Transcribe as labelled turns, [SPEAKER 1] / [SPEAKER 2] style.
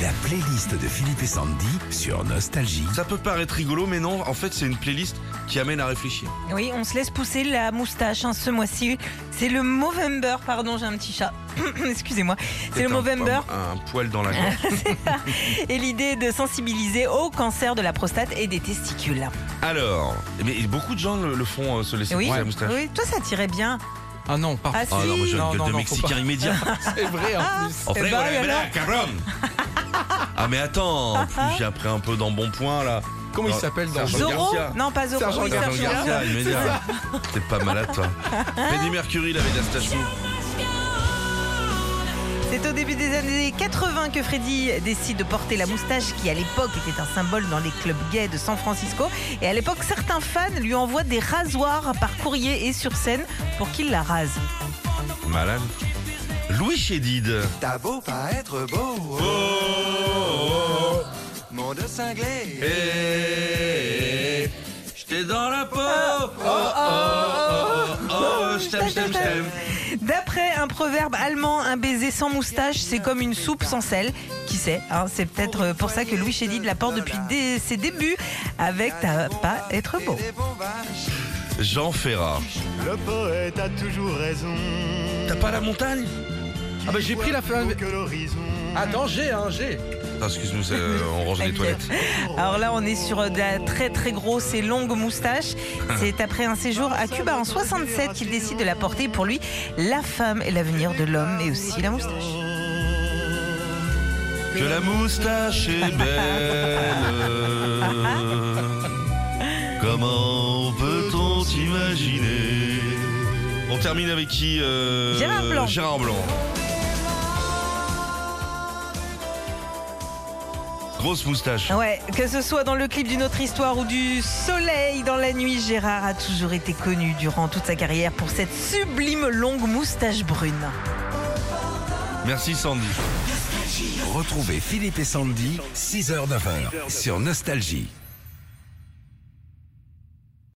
[SPEAKER 1] La playlist de Philippe et Sandy sur Nostalgie.
[SPEAKER 2] Ça peut paraître rigolo, mais non, en fait, c'est une playlist qui amène à réfléchir.
[SPEAKER 3] Oui, on se laisse pousser la moustache hein, ce mois-ci. C'est le Movember, pardon, j'ai un petit chat. Excusez-moi. C'est le
[SPEAKER 2] un-
[SPEAKER 3] Movember.
[SPEAKER 2] Un, un poil dans la gorge.
[SPEAKER 3] Et l'idée est de sensibiliser au cancer de la prostate et des testicules.
[SPEAKER 2] Alors, mais beaucoup de gens le, le font, euh, se laisser
[SPEAKER 3] Oui,
[SPEAKER 2] pousser la moustache.
[SPEAKER 3] oui, toi ça tirait bien.
[SPEAKER 4] Ah non, pas. Ah.
[SPEAKER 3] Ah si.
[SPEAKER 2] Oh non, moi j'ai une
[SPEAKER 4] Non,
[SPEAKER 2] gueule
[SPEAKER 4] non,
[SPEAKER 2] de
[SPEAKER 4] non, faut
[SPEAKER 2] Mexicain immédiat.
[SPEAKER 4] C'est vrai en plus.
[SPEAKER 2] En vrai,
[SPEAKER 3] bah,
[SPEAKER 2] voilà,
[SPEAKER 3] et
[SPEAKER 2] voilà, cabron. Ah mais attends, en plus j'ai appris un peu dans bon point là.
[SPEAKER 4] Comment il
[SPEAKER 2] Non,
[SPEAKER 4] s'appelle dans
[SPEAKER 2] Sergio.
[SPEAKER 4] Jean-
[SPEAKER 3] Zorro
[SPEAKER 2] Garcia.
[SPEAKER 3] Non, pas Zorro.
[SPEAKER 4] Sergent
[SPEAKER 3] oui,
[SPEAKER 2] Sergent
[SPEAKER 3] Sergent
[SPEAKER 2] Garcia,
[SPEAKER 3] Garcia.
[SPEAKER 2] immédiat. T'es pas malade toi. Freddie Mercury, il avait la stache mou.
[SPEAKER 3] C'est au début des années 80 que Freddy décide de porter la moustache qui à l'époque était un symbole dans les clubs gays de San Francisco. Et à l'époque, certains fans lui envoient des rasoirs par courrier et sur scène pour qu'il la rase.
[SPEAKER 2] Malade. Louis Chédid.
[SPEAKER 5] T'as beau pas être beau,
[SPEAKER 3] Oh,
[SPEAKER 5] monde cinglé.
[SPEAKER 2] Eh, J'étais dans la peau. Oh oh oh oh, oh, je t'aime, je t'aime, je t'aime.
[SPEAKER 3] D'après un proverbe allemand, un baiser sans moustache, c'est comme une soupe sans sel. Qui sait hein, C'est peut-être pour ça que Louis Chédid la porte depuis dé- ses débuts avec T'as pas être beau.
[SPEAKER 5] Des bons vaches.
[SPEAKER 2] Jean Ferrat.
[SPEAKER 6] Le poète a toujours raison.
[SPEAKER 2] T'as pas la montagne
[SPEAKER 4] Ah bah j'ai pris la fin.
[SPEAKER 6] Que l'horizon.
[SPEAKER 4] Attends, j'ai, hein, j'ai.
[SPEAKER 2] Attends, excuse-nous, c'est, euh, on range les toilettes.
[SPEAKER 3] Alors là, on est sur de la très très grosse et longue moustache. C'est après un séjour à Cuba en 67 qu'il décide de la porter. Pour lui, la femme est l'avenir de l'homme et aussi la moustache.
[SPEAKER 2] Que la moustache est belle. Comment peut-on t'imaginer On termine avec qui euh,
[SPEAKER 3] Gérard Blanc.
[SPEAKER 2] Gérard Blanc. Grosse moustache.
[SPEAKER 3] Ouais, que ce soit dans le clip d'une autre histoire ou du soleil dans la nuit, Gérard a toujours été connu durant toute sa carrière pour cette sublime longue moustache brune.
[SPEAKER 2] Merci Sandy.
[SPEAKER 1] Retrouvez Philippe et Sandy, 6h-9h sur Nostalgie.